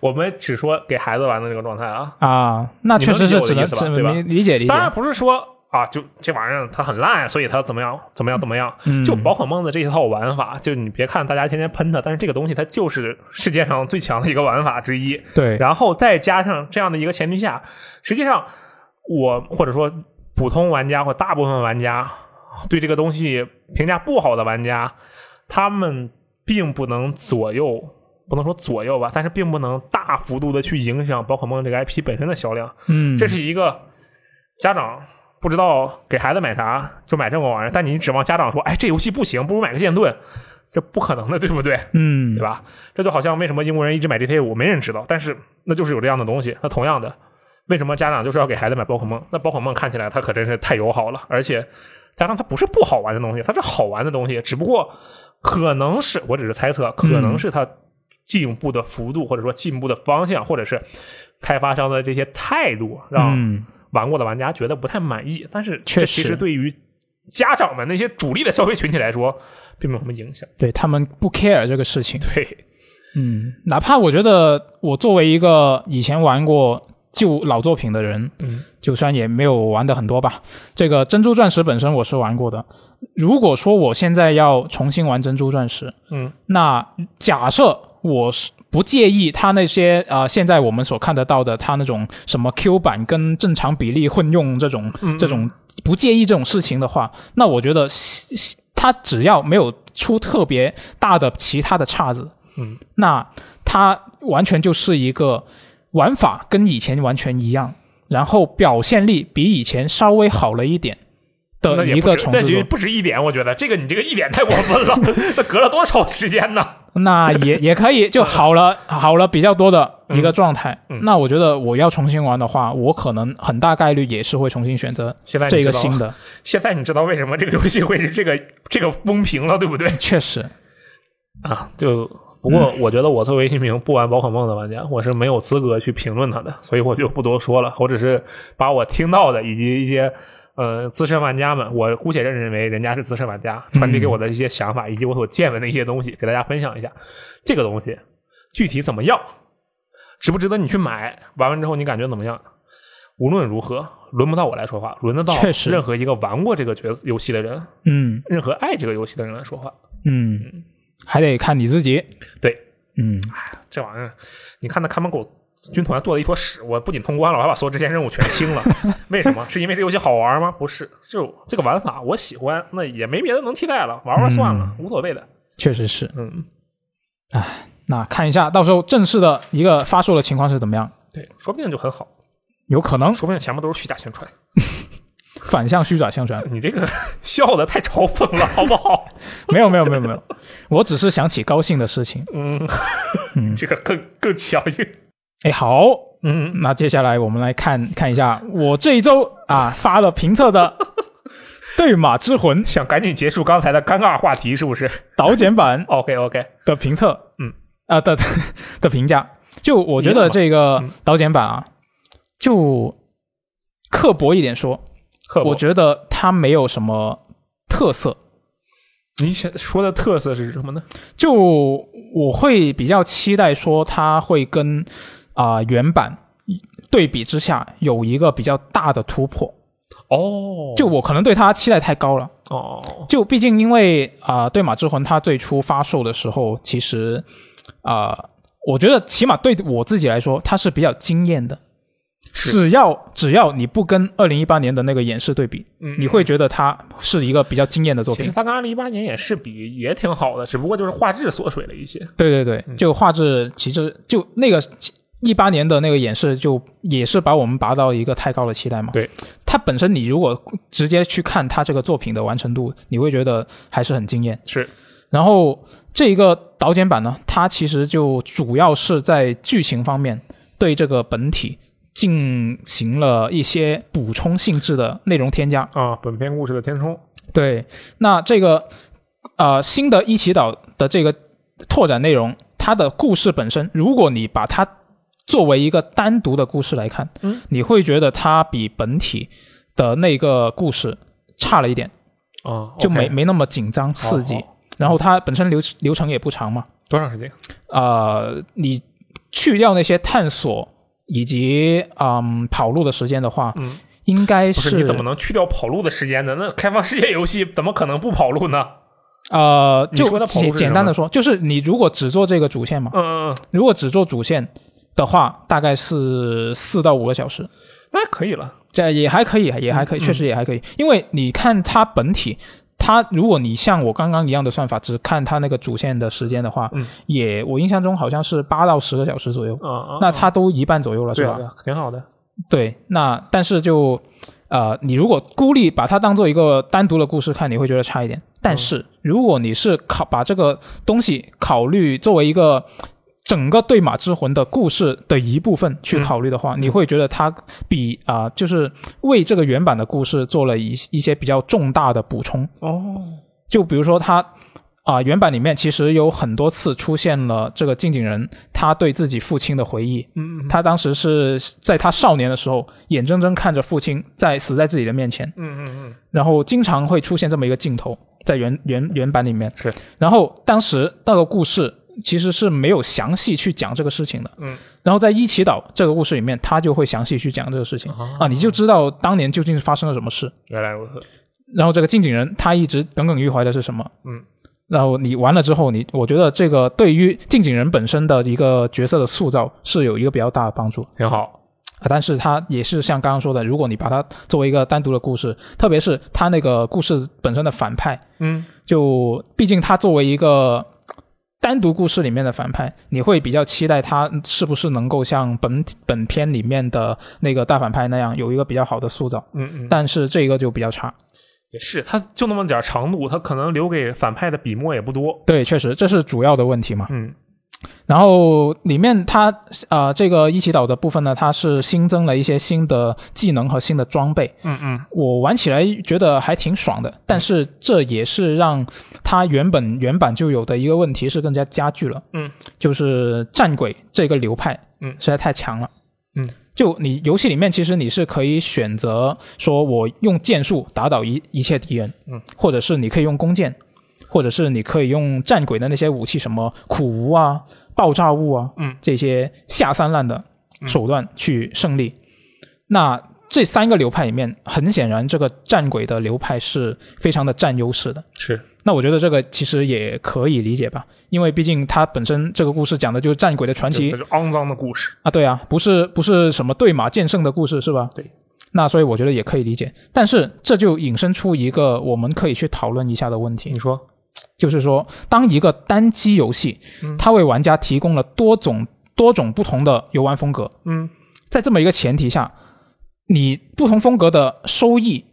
我们只说给孩子玩的这个状态啊，
啊。那确实是只
你能理解
能只
我的意思吧对吧
能理解理解。
当然不是说啊，就这玩意儿它很烂，所以它怎么样怎么样怎么样。
嗯
就宝可梦的这一套玩法，就你别看大家天天喷它，但是这个东西它就是世界上最强的一个玩法之一。
对，
然后再加上这样的一个前提下，实际上我或者说普通玩家或大部分玩家对这个东西评价不好的玩家，他们并不能左右，不能说左右吧，但是并不能大幅度的去影响宝可梦这个 IP 本身的销量。
嗯，
这是一个家长不知道给孩子买啥就买这么玩意儿，但你指望家长说，哎，这游戏不行，不如买个剑盾，这不可能的，对不对？
嗯
对吧？这就好像为什么英国人一直买 GTA 五，没人知道，但是那就是有这样的东西。那同样的，为什么家长就是要给孩子买宝可梦？那宝可梦看起来它可真是太友好了，而且加上它不是不好玩的东西，它是好玩的东西，只不过可能是我只是猜测，可
嗯
能是它进步的幅度，或者说进步的方向，或者是开发商的这些态度，让
嗯
玩过的玩家觉得不太满意。但是
确
这
实
其实对于家长们那些主力的消费群体来说，并没有什么影响。
对他们不 care 这个事情。
对。
嗯，哪怕我觉得我作为一个以前玩过旧老作品的人，
嗯，
就算也没有玩的很多吧。这个珍珠钻石本身我是玩过的。如果说我现在要重新玩珍珠钻石，
嗯，
那假设我是不介意它那些呃，现在我们所看得到的它那种什么 Q 版跟正常比例混用这种
嗯嗯
这种不介意这种事情的话，那我觉得西西它只要没有出特别大的其他的岔子，
嗯，
那它完全就是一个玩法跟以前完全一样，然后表现力比以前稍微好了一点
那
的
也
一
不
个
止
重
那
制
就
作。
不止一点，我觉得这个你这个一点太过
[LAUGHS]
分了，那隔了多少时间呢？
那
[LAUGHS]
也也可以，就好了，好了比较多的一个状态。
嗯嗯嗯
那我觉得我要重新玩的话，我可能很大概率也是会重新选择
现在你
这
知
个
道
新的。
[LAUGHS] 现在你知道为什么这个游戏会是这个这个风评了，对不对？
确实，
啊，就不过
嗯
我觉得我作为一名不玩宝可梦的玩家，我是没有资格去评论它的，所以我就不多说了。我只是把我听到的以及一些呃资深玩家们，我姑且认为人家是资深玩家
嗯
传递给我的一些想法，以及我所见闻的一些东西，给大家分享一下。这个东西具体怎么样，值不值得你去买？玩完之后你感觉怎么样？无论如何，轮不到我来说话，轮得到
确实
任何一个玩过这个角游戏的人，
嗯
任何爱这个游戏的人来说话。
嗯，还得看你自己。
对，
嗯，
这玩意儿，你看那看门狗军团做的一坨屎，我不仅通关了，我还把所有支线任务全清了。 [LAUGHS] 为什么？是因为这游戏好玩吗？不是，就这个玩法我喜欢，那也没别的能替代了，玩玩算了，
嗯
无所谓的。
确实是。
嗯，
那看一下到时候正式的一个发售的情况是怎么样，
对，说不定就很好，
有可能
说不定前面都是虚假宣传。
反向虚假宣传。
你这个 [LAUGHS] 笑的太嘲讽了，好不好？
没有没有没有没有，我只是想起高兴的事情。
嗯，
嗯
这个更更强硬。
哎，好，
嗯，
那接下来我们来看看一下我这一周啊发了评测
[LAUGHS]
的《对马之魂》
想赶紧结束刚才的尴尬话题，是不是
导剪版
？OK OK，
的评测，
嗯
啊、的 [LAUGHS] 的评价，就我觉得这个
嗯
导剪版啊，就刻薄一点说，
刻薄
我觉得它没有什么特色，
你想说的特色是什么呢？
就我会比较期待说它会跟啊、原版对比之下有一个比较大的突破，
哦
就我可能对它期待太高了。
哦，
就毕竟因为啊，呃对马之魂》它最初发售的时候，其实啊、呃我觉得起码对我自己来说，它是比较惊艳的。只要只要你不跟二零一八年的那个演示对比，
嗯
你会觉得它是一个比较惊艳的作
其
品
实。它跟二零一八年也是比也挺好的，只不过就是画质缩水了一些。
对对
嗯
对，就画质其实就那个一八年的那个演示，就也是把我们拔到一个太高的期待嘛。
对，
它本身你如果直接去看它这个作品的完成度，你会觉得还是很惊艳。
是，
然后这一个导剪版呢，它其实就主要是在剧情方面对这个本体进行了一些补充性质的内容添加。
啊，本片故事的填充，
对，那这个呃新的一起岛的这个拓展内容，它的故事本身，如果你把它作为一个单独的故事来看，
嗯
你会觉得它比本体的那个故事差了一点，
啊，
就没
OK 哦
没那么紧张刺激。
好好
然后它本身流流程也不长嘛，
多长时间？
呃，你去掉那些探索以及嗯跑路的时间的话，
嗯
应该
不
是
是，你怎么能去掉跑路的时间呢？那开放世界游戏怎么可能不跑路呢？
呃，
你说
就
的跑路是
简
什
简
么
单的说，就是你如果只做这个主线嘛，
嗯，嗯嗯
如果只做主线的话，大概是四到五个小时，
那可以了。
这也还可以，也还可以，
嗯
确实也还可以，因为你看它本体。它如果你像我刚刚一样的算法，只看它那个主线的时间的话，
嗯
也我印象中好像是八到十个小时左右，
啊啊，
那它都一半左右了，
对
是吧？
啊，挺好的。
对，那但是就呃，你如果孤立把它当做一个单独的故事看，你会觉得差一点。但是如果你是考把这个东西考虑作为一个整个《对马之魂》的故事的一部分去考虑的话，你会觉得它比啊、就是为这个原版的故事做了一一些比较重大的补充。
哦，
就比如说他啊、原版里面其实有很多次出现了这个近景人他对自己父亲的回忆，
嗯，
他当时是在他少年的时候，眼睁睁看着父亲在死在自己的面前，
嗯嗯嗯，
然后经常会出现这么一个镜头在原原原版里面
是，
然后当时那个故事其实是没有详细去讲这个事情的，
嗯，
然后在一祈祷这个故事里面，他就会详细去讲这个事情
啊
啊，你就知道当年究竟是发生了什么事，
原来如此。
然后这个近景人他一直耿耿于怀的是什么？
嗯，
然后你完了之后，你我觉得这个对于近景人本身的一个角色的塑造是有一个比较大的帮助。
挺好。
啊，但是它也是像刚刚说的，如果你把它作为一个单独的故事，特别是它那个故事本身的反派，
嗯，
就毕竟它作为一个单独故事里面的反派，你会比较期待它是不是能够像本本片里面的那个大反派那样有一个比较好的塑造，
嗯嗯，
但是这个就比较差。
也是，它就那么点儿长度，它可能留给反派的笔墨也不多。
对，确实这是主要的问题嘛。
嗯
然后里面它啊、呃这个一起岛的部分呢，它是新增了一些新的技能和新的装备。
嗯嗯，
我玩起来觉得还挺爽的，但是这也是让它原本原版就有的一个问题是更加加剧了。
嗯，
就是战鬼这个流派，
嗯
实在太强了。
嗯，
就你游戏里面其实你是可以选择说我用剑术打倒一一切敌人，
嗯，
或者是你可以用弓箭，或者是你可以用战鬼的那些武器，什么苦无啊、爆炸物啊，
嗯，
这些下三滥的手段去胜利。那这三个流派里面，很显然这个战鬼的流派是非常的占优势的。
是
那我觉得这个其实也可以理解吧，因为毕竟它本身这个故事讲的就是战鬼的传
就
奇
这就肮脏的故事。
啊，对啊，不是不是什么对马剑圣的故事是吧？
对。
那所以我觉得也可以理解，但是这就引申出一个我们可以去讨论一下的问题，
你说，
就是说，当一个单机游戏
嗯，
它为玩家提供了多种多种不同的游玩风格，
嗯，
在这么一个前提下，你不同风格的收益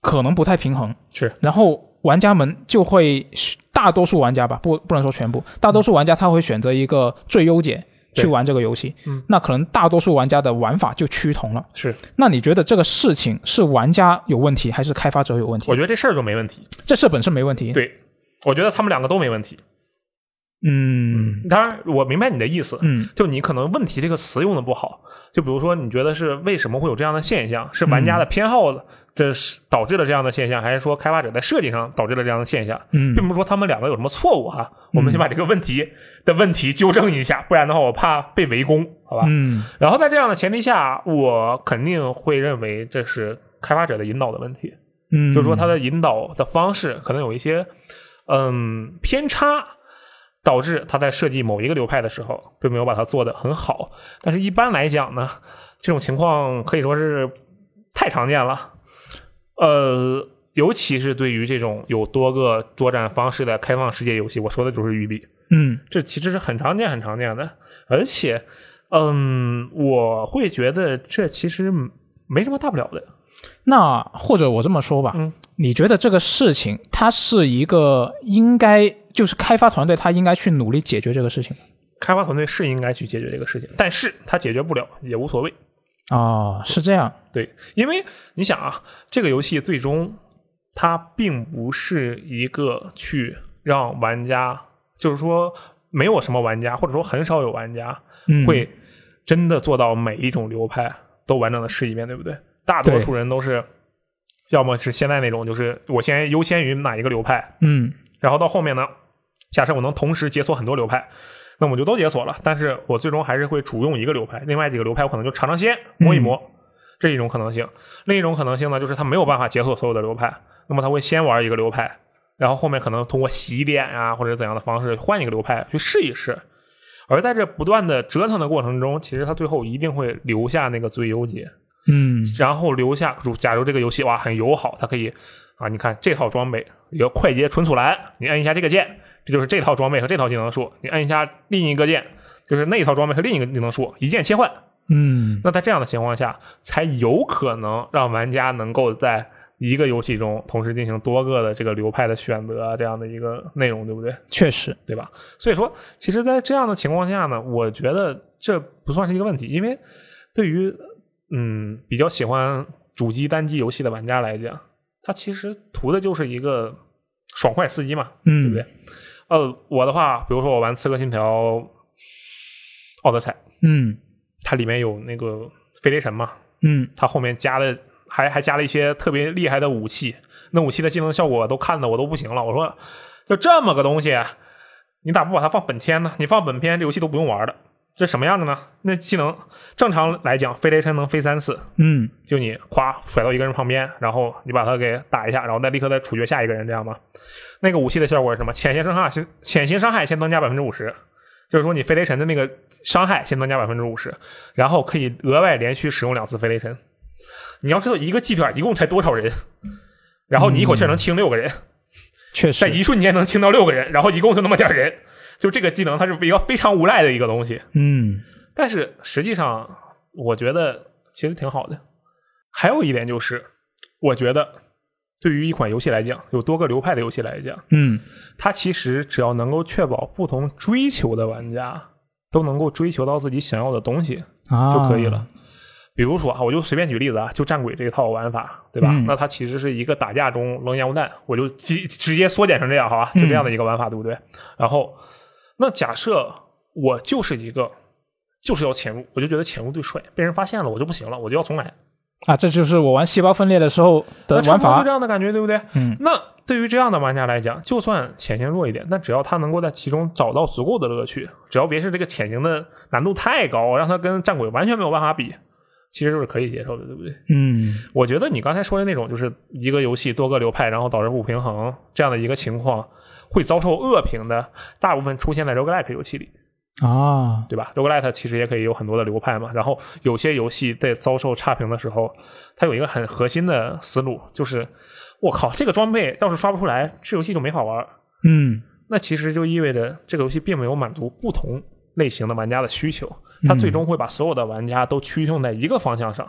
可能不太平衡，
是。
然后玩家们就会，大多数玩家吧，不不能说全部，大多数玩家他会选择一个最优解
对
去玩这个游戏。
嗯
那可能大多数玩家的玩法就趋同了。
是，
那你觉得这个事情是玩家有问题，还是开发者有问题
我？觉得这事儿就没问题。
这事本身没问题。
对，我觉得他们两个都没问题。
嗯
当然，我明白你的意思。
嗯
就你可能“问题”这个词用的不好，就比如说，你觉得是为什么会有这样的现象？是玩家
嗯
的偏好这是导致了这样的现象，还是说开发者在设计上导致了这样的现象？
嗯
并不是说他们两个有什么错误哈、我们先把这个问题的问题纠正一下，不然的话我怕被围攻，好吧？
嗯，
然后在这样的前提下，我肯定会认为这是开发者的引导的问题，
嗯，
就是说他的引导的方式可能有一些嗯偏差。导致他在设计某一个流派的时候，并没有把它做得很好。但是，一般来讲呢，这种情况可以说是太常见了。呃，尤其是对于这种有多个作战方式的开放世界游戏，我说的就是育碧，
嗯
这其实是很常见、很常见的。而且，嗯，我会觉得这其实没什么大不了的。
那或者我这么说吧，
嗯
你觉得这个事情它是一个应该就是开发团队他应该去努力解决这个事情
开发团队是应该去解决这个事情，但是他解决不了也无所谓。
哦，是这样，
对，因为你想啊，这个游戏最终它并不是一个去让玩家，就是说没有什么玩家，或者说很少有玩家
嗯，
会真的做到每一种流派都完整的试一遍，对不对？大多
对
数人都是要么是现在那种，就是我先优先于哪一个流派，
嗯
然后到后面呢，假设我能同时解锁很多流派。那我就都解锁了，但是我最终还是会主用一个流派，另外几个流派我可能就尝尝鲜，摸一摸，这是一种可能性。另一种可能性呢，就是他没有办法解锁所有的流派，那么他会先玩一个流派，然后后面可能通过洗点啊或者怎样的方式换一个流派去试一试。而在这不断的折腾的过程中，其实他最后一定会留下那个最优解，
嗯
然后留下，如假如这个游戏哇很友好，它可以啊，你看这套装备有快捷纯速栏，你按一下这个键，这就是这套装备和这套技能树；你按一下另一个键，就是那一套装备和另一个技能树，一键切换。
嗯
那在这样的情况下，才有可能让玩家能够在一个游戏中同时进行多个的这个流派的选择啊，这样的一个内容，对不对？
确实，
对吧？所以说，其实，在这样的情况下呢，我觉得这不算是一个问题，因为对于嗯比较喜欢主机单机游戏的玩家来讲，他其实图的就是一个爽快刺激嘛，
嗯，
对不对？？呃，我的话，比如说我玩《刺客信条：奥德赛》，
嗯
它里面有那个飞雷神嘛，
嗯
它后面加的还还加了一些特别厉害的武器，那武器的技能效果都看的我都不行了。我说，就这么个东西，啊你咋不把它放本片呢？你放本片，这游戏都不用玩了。这什么样的呢？那技能正常来讲，飞雷神能飞三次，
嗯
就你夸甩到一个人旁边，然后你把他给打一下，然后再立刻再处决下一个人，这样吗？那个武器的效果是什么？潜行伤害先潜行伤害先增加百分之五十，就是说你飞雷神的那个伤害先增加百分之五十，然后可以额外连续使用两次飞雷神。你要知道一个祭点一共才多少人，然后你一口气儿能清六个人，
确
在
实，
一瞬间能清到六个人，然后一共就那么点儿人，就这个技能它是一个非常无赖的一个东西。
嗯
但是实际上，我觉得其实挺好的。还有一点就是，我觉得对于一款游戏来讲，有多个流派的游戏来讲，
嗯
它其实只要能够确保不同追求的玩家都能够追求到自己想要的东西
啊
就可以了。，比如说啊，我就随便举例子啊，就战鬼这一套玩法，对吧？
嗯
那它其实是一个打架中扔烟雾弹，我就直直接缩减成这样，好吧？就这
嗯
样的一个玩法，对不对？然后，那假设我就是一个，就是要潜入，我就觉得潜入最帅，被人发现了我就不行了，我就要重来。
啊，这就是我玩细胞分裂的时候的
那差
玩
不多就
法
这，样的感觉，对不对？
嗯
那对于这样的玩家来讲，就算潜行弱一点，但只要他能够在其中找到足够的乐趣，只要别是这个潜行的难度太高，让他跟战鬼完全没有办法比，其实就是可以接受的，对不对？
嗯
我觉得你刚才说的那种，就是一个游戏多个流派，然后导致不平衡这样的一个情况，会遭受恶评的，大部分出现在 roguelike 游戏里，
啊，
对吧？roguelike 其实也可以有很多的流派嘛。然后有些游戏在遭受差评的时候，它有一个很核心的思路，就是我靠，这个装备要是刷不出来，这游戏就没法玩儿。
嗯
那其实就意味着这个游戏并没有满足不同类型的玩家的需求，它最终会把所有的玩家都驱动在一个方向上。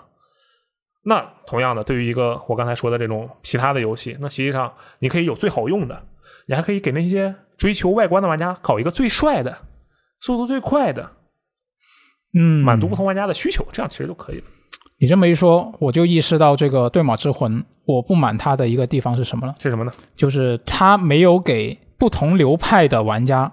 那同样的，对于一个我刚才说的这种其他的游戏，那实际上你可以有最好用的，你还可以给那些追求外观的玩家搞一个最帅的、速度最快的，
嗯，
满足不同玩家的需求，这样其实就可以了。
你这么一说，我就意识到这个《对马之魂》我不满它的一个地方是什么了，
是什么呢？
就是它没有给不同流派的玩家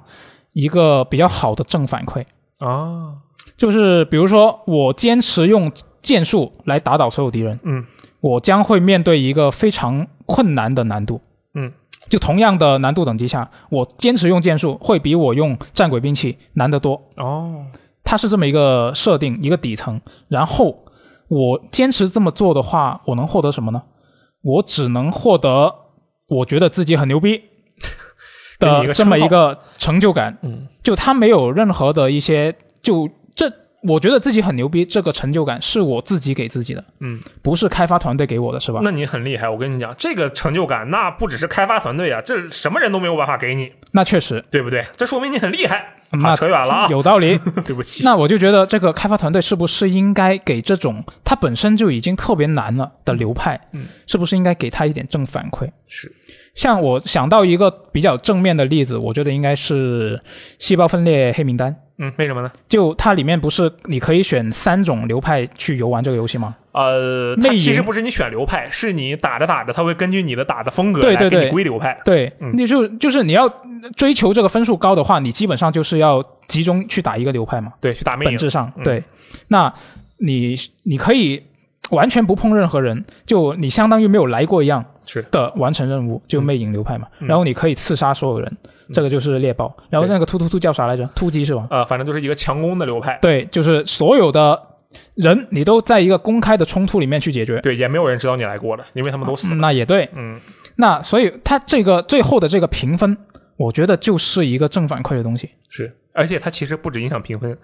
一个比较好的正反馈。
啊，
就是比如说，我坚持用剑术来打倒所有敌人，
嗯，
我将会面对一个非常困难的难度。
嗯，
就同样的难度等级下，我坚持用剑术会比我用战鬼兵器难得多。
哦，
它是这么一个设定，一个底层。然后我坚持这么做的话，我能获得什么呢？我只能获得我觉得自己很牛逼
[LAUGHS] 给你一
的
个
这么
称号
一个成就感。
嗯，
就它没有任何的一些就这我觉得自己很牛逼，这个成就感是我自己给自己的，
嗯，
不是开发团队给我的，是吧？
那你很厉害，我跟你讲，这个成就感那不只是开发团队啊，这什么人都没有办法给你，
那确实，
对不对？这说明你很厉害。 [LAUGHS]
那
啊，扯远了啊，
有道理。
对不起。
那我就觉得这个开发团队是不是应该给这种它本身就已经特别难了的流派，
嗯，
是不是应该给他一点正反馈？
是，
像我想到一个比较正面的例子，我觉得应该是细胞分裂黑名单。
嗯，为什么呢？
就它里面不是你可以选三种流派去游玩这个游戏吗？
呃，
内
它其实
隐
不是你选流派，是你打着打着，它会根据你的打的风格
对
来
对
给你
对
归流派。
对，
嗯
你就就是你要追求这个分数高的话，你基本上就是要集中去打一个流派嘛，
对，去打魅
本
影。
质上
嗯
对。那你你可以完全不碰任何人，就你相当于没有来过一样
是
的完成任务，就魅影流派嘛。
嗯
然后你可以刺杀所有人，这个就是猎豹。然后
对
那个突突突叫啥来着？突击是吧？
呃，反正就是一个强攻的流派。
对，就是所有的人你都在一个公开的冲突里面去解决。
对，也没有人知道你来过了，因为他们都死
嗯
了。
那也对，
嗯，
那所以它这个最后的这个评分，我觉得就是一个正反馈的东西。
是。而且它其实不只影响评分，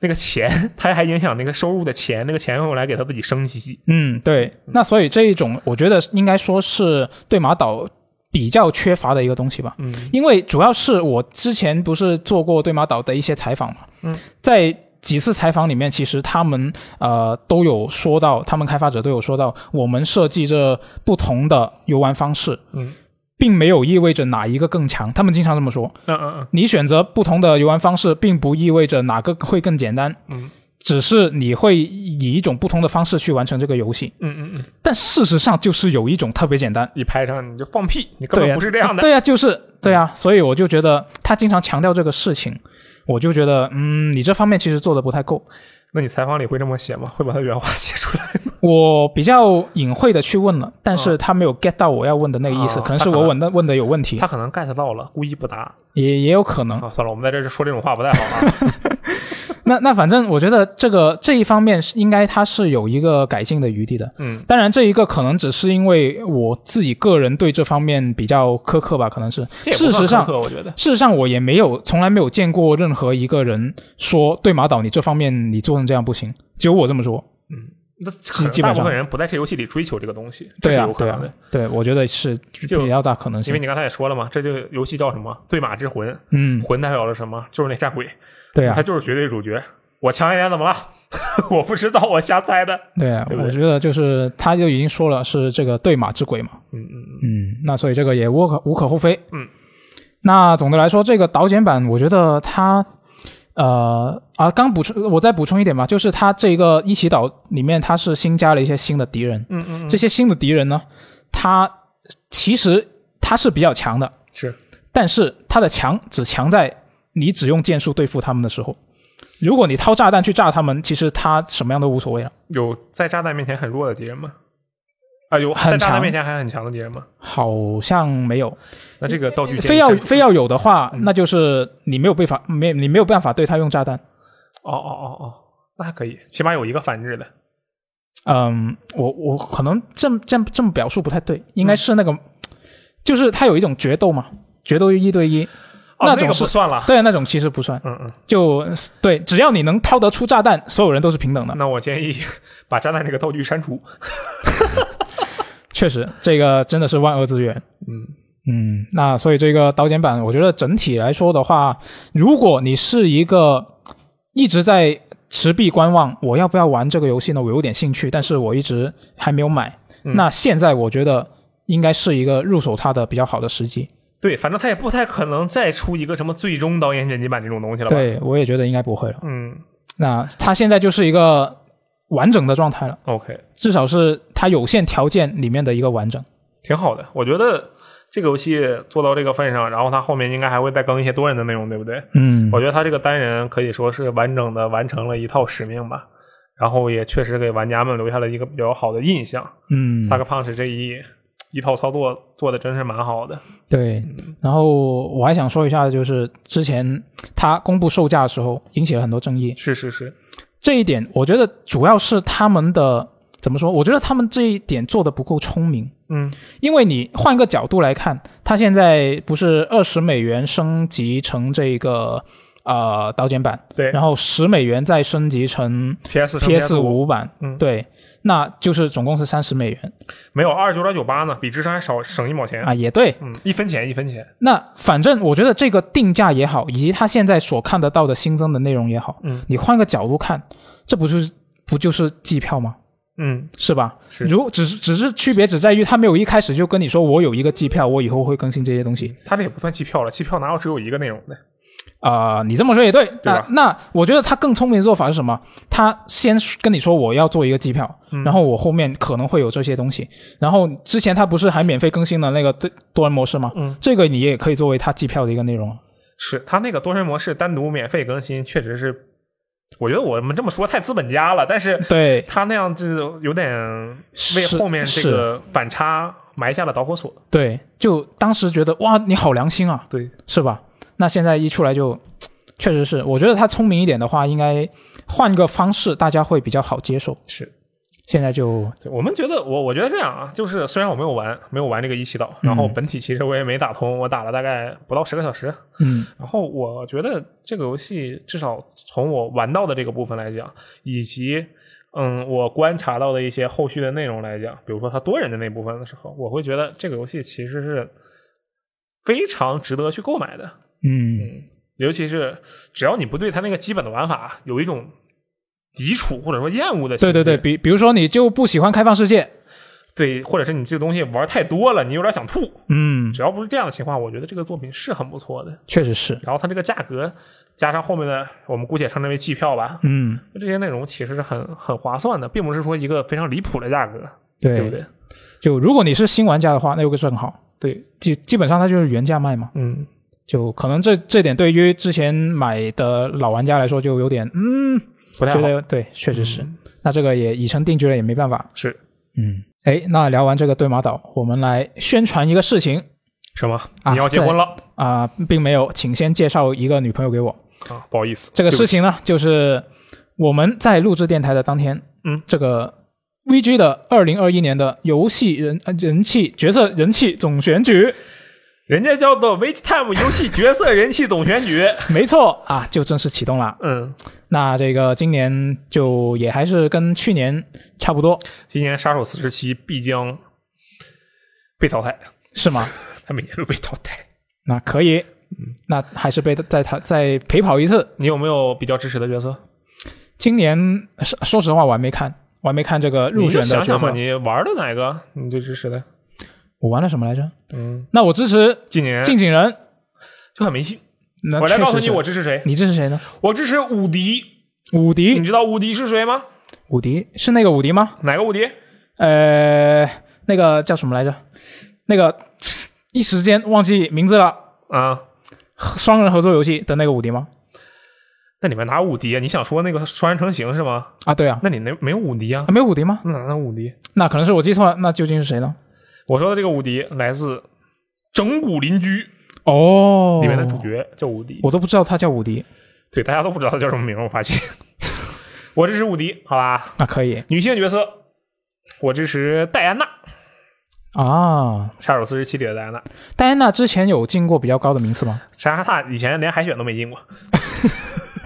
那个钱，它还影响那个收入的钱，那个钱用来给他自己升级。
嗯，对。那所以这一种，我觉得应该说是对马岛比较缺乏的一个东西吧。
嗯
因为主要是我之前不是做过对马岛的一些采访嘛，
嗯，
在几次采访里面，其实他们呃都有说到，他们开发者都有说到，我们设计这不同的游玩方式，
嗯
并没有意味着哪一个更强，他们经常这么说。
嗯嗯
你选择不同的游玩方式，并不意味着哪个会更简单，
嗯
只是你会以一种不同的方式去完成这个游戏。
嗯嗯嗯，
但事实上，就是有一种特别简单，
一拍上你就放屁，你根
对
本
呀，
不是这样 [LAUGHS] 的。嗯
对呀、就是对呀、所以我就觉得他经常强调这个事情，我就觉得，嗯，你这方面其实做的不太够。
那你采访里会这么写吗？会把它原话写出来？
我比较隐晦的去问了，但是他没有 get 到我要问的那个意思，
哦
可能是
嗯他可
我
能
问的问的有问题
[LAUGHS] 他，可能 get 到了，故意不答。
也也有可能。
啊，算了，我们在这儿说这种话不太好啊。
那那反正我觉得这个这一方面是应该它是有一个改进的余地的。
嗯，
当然，这一个可能只是因为我自己个人对这方面比较苛刻吧，可能是。
这也
事
不算
实上
苛，刻，我觉得。
事实上我也没有从来没有见过任何一个人说对马岛你这方面你做成这样不行，只有我这么说。
那可能
基本
大
上
部分人不在这游戏里追求这个东西，这
对
是
啊
有，可
对
能
啊
的。，
对，我觉得是
就
比较大可能
因为
性。
你刚才也说了嘛，这就游戏叫什么“对马之魂”，
嗯，
魂代表了什么？就是那战鬼，
对
他
啊，
就是绝对主角。我强一点怎么了？ [LAUGHS] 我不知道，我瞎猜的。
对啊，
对不对
我觉得就是他就已经说了是这个对马之鬼嘛，
嗯嗯
嗯，那所以这个也无可无可厚非。
嗯，
那总的来说，这个导剪版，我觉得它，呃啊，刚补充，我再补充一点吧，就是它这个一起岛里面，它是新加了一些新的敌人，
嗯嗯嗯，
这些新的敌人呢，它其实它是比较强的，
是
但是它的强只强在你只用剑术对付他们的时候。如果你掏炸弹去炸他们，其实他什么样都无所谓了。
有在炸弹面前很弱的敌人吗？啊，有
很
在炸弹
强
面前还很强的敌人吗？
好像没有，
那这个道具
非要非
要
要有的话，
嗯
那就是你没有被法没你没有办法对他用炸弹。
哦哦哦哦，那还可以，起码有一个反制的。
嗯，我我可能这么这么这么表述不太对，应
嗯
该是那个，就是他有一种决斗嘛，决斗一对一，
哦，
那
那
种
个
是
不算了。
对那种其实不算，
嗯嗯，
就对，只要你能掏得出炸弹，所有人都是平等的。
嗯那我建议 [LAUGHS] 把炸弹这个道具删除。
确实，这个真的是万恶之源。
嗯，
嗯，那所以这个导剪版，我觉得整体来说的话，如果你是一个一直在持币观望，我要不要玩这个游戏呢？我有点兴趣，但是我一直还没有买。
嗯
那现在我觉得应该是一个入手它的比较好的时机。
对，反正他也不太可能再出一个什么最终导演剪辑版这种东西了吧？，
对，我也觉得应该不会了。
嗯
那它现在就是一个完整的状态了，
，OK，
至少是它有限条件里面的一个完整。
挺好的。我觉得这个游戏做到这个份上，然后它后面应该还会再更一些多人的内容，对不对？
嗯
我觉得它这个单人可以说是完整的完成了一套使命吧，然后也确实给玩家们留下了一个比较好的印象。
嗯，
萨克胖是这一一套操作做的真是蛮好的。
对，然后我还想说一下，就是之前他公布售价的时候引起了很多争议，
是是是，
这一点我觉得主要是他们的怎么说？我觉得他们这一点做的不够聪明，
嗯
因为你换个角度来看，它现在不是二十美元升级成这个呃刀剑版，
对
然后十美元再升级成
PS 乘
PS
五
五版，
嗯
对，那就是总共是三十美元
没有二十九点九八呢，比智商还少省一毛钱。
啊，也对。
嗯，一分钱一分钱。
那反正我觉得这个定价也好，以及它现在所看得到的新增的内容也好，
嗯
你换个角度看，这不就是不就是机票吗？
嗯，
是吧？
是
如只是只是区别只在于他没有一开始就跟你说我有一个机票，我以后会更新这些东西。
他这也不算机票了，机票哪有只有一个内容的？
啊、你这么说也对。
吧
那那我觉得他更聪明的做法是什么？他先跟你说我要做一个机票，
嗯
然后我后面可能会有这些东西。然后之前他不是还免费更新了那个多多人模式吗？
嗯，
这个你也可以作为他机票的一个内容啊。
是他那个多人模式单独免费更新，确实是，我觉得我们这么说太资本家了，但是
对，
他那样就有点为
是
后面这
是
个反差埋下了导火索。
对，就当时觉得哇，你好良心啊，
对，
是吧？那现在一出来就，嗯确实是，我觉得他聪明一点的话，应该换个方式，大家会比较好接受。
是
现在就
对我们觉得我我觉得这样啊，就是虽然我没有玩，没有玩这个一起岛，然后本体其实我也没打通，我打了大概不到十个小时。
嗯
然后我觉得这个游戏至少从我玩到的这个部分来讲，以及嗯我观察到的一些后续的内容来讲，比如说它多人的那部分的时候，我会觉得这个游戏其实是非常值得去购买的。
嗯，
尤其是只要你不对它那个基本的玩法有一种抵触或者说厌嗯恶的情
对
绪，
对对，比比如说你就不喜欢开放世界，
对，或者是你这个东西玩太多了，你有点想吐。
嗯，
只要不是这样的情况，我觉得这个作品是很不错的。
确实是，
然后它这个价格加上后面的，我们姑且称之为机票吧，
嗯，
这些内容其实是很很划算的，并不是说一个非常离谱的价格，
对
对不对？
就如果你是新玩家的话，那就更好。
对，
基基本上它就是原价卖嘛，
嗯，
就可能这这点对于之前买的老玩家来说就有点，嗯，
不太
觉
好。
得对，确实
嗯
是。那这个也已成定局了，也没办法。
是
嗯，哎，那聊完这个对马岛，我们来宣传一个事情
什么？
啊
你要结婚了
啊、并没有，请先介绍一个女朋友给我。
啊？不好意思，
这个
对不
事
起
情呢，就是我们在录制电台的当天，
嗯，
这个 VG 的二零二一年的游戏人呃人气角色人气总选举，
人家叫做 Witchtime 游戏角色人气总选举。 [LAUGHS]
没错啊，就正式启动了。
嗯，
那这个今年就也还是跟去年差不多，
今年杀手四十七必将被淘汰， [LAUGHS]
是吗？
他每年都被淘汰。
那可以，那还是被再他再陪跑一次。
你有没有比较支持的角色？
今年说说实话，我还没看，我还没看这个入
你
选
就
的
想
角
想吧，
色。
你玩的哪个你最支持的？
我玩了什么来着？
嗯，
那我支持
今年
近景人。
就很没戏。
那
哎我来
确
告诉
实
你，
是
我支持谁？
你支持谁呢？
我支持武迪。
武迪
你，知道武迪是谁吗？
武迪是那个武迪吗？
哪个武迪？
呃，那个叫什么来着？那个一时间忘记名字了，
啊，
双人合作游戏的那个武迪吗？
那里面哪有武迪啊？你想说那个双人成行是吗？
啊，对啊，
那你那没有武迪啊
啊？没有武迪吗？
那哪能武迪？
那可能是我记错了，那究竟是谁呢？
我说的这个武迪来自《整蛊邻居》
哦，
里面的主，角叫武迪。
我都不知道他叫武迪。
对，大家都不知道他叫什么名儿，我发现。 [LAUGHS] 我支持武迪，好吧？
那啊可以
女性角色，我支持戴安娜，《
啊，
杀手四十七》里的戴安娜。
戴安娜之前有进过比较高的名次吗？
莎莎塔以前连海选都没进过。 [LAUGHS]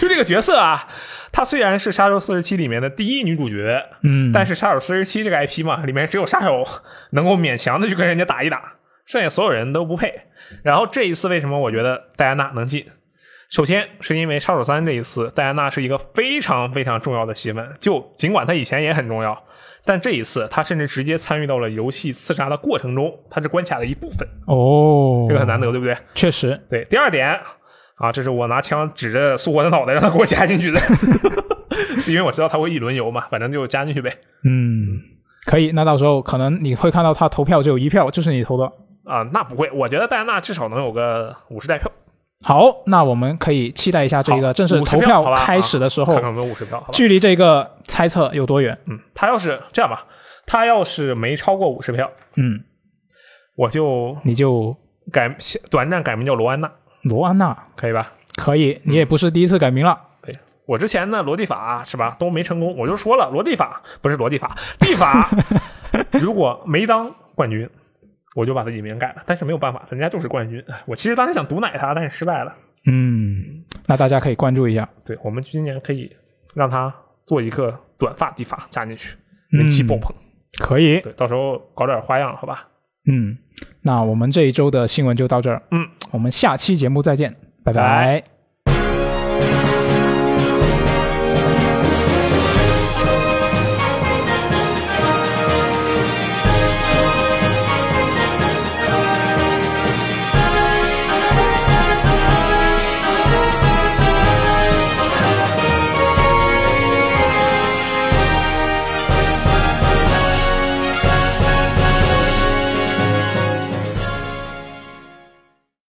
就这个角色啊，她虽然是《杀手四十七》里面的第一女主角，
嗯，
但是《杀手四十七》这个 IP 嘛，里面只有杀手能够勉强的去跟人家打一打，剩下所有人都不配。然后这一次为什么我觉得戴安娜能进？首先是因为《杀手三》这一次，戴安娜是一个非常非常重要的戏份，就尽管她以前也很重要，但这一次她甚至直接参与到了游戏刺杀的过程中，她是关卡的一部分，
哦，
这个很难得，对不对？
确实，
对，第二点啊，这是我拿枪指着苏活的脑袋让他给我夹进去的， [LAUGHS] 是因为我知道他会一轮游嘛，反正就夹进去呗。
嗯，可以。那到时候可能你会看到他投票只有一票，就是你投的。
啊，那不会，我觉得戴安娜至少能有个五十代票，
好，那我们可以期待一下这个
好
正式
50
投
票好吧
开始的时候
看看，有没有五十票，好吧？
距离这个猜测有多远？
嗯，他要是这样吧，他要是没超过五十票，
嗯，
我就
你就
改短暂改名叫罗安娜，
罗安娜
可以吧？
可以，你也不是第一次改名了。
对，我之前呢，罗蒂法啊是吧，都没成功，我就说了，罗蒂法不是罗蒂法，蒂法如果没当冠军，我就把自己名改了，但是没有办法，人家就是冠军。我其实当时想毒奶他，但是失败了。
嗯，那大家可以关注一下，
对，我们今年可以让他做一个短发理发加进去，
嗯
人气爆棚。
可以。
对，到时候搞点花样，好吧？
嗯，那我们这一周的新闻就到这儿。
嗯，
我们下期节目再见，拜
拜
拜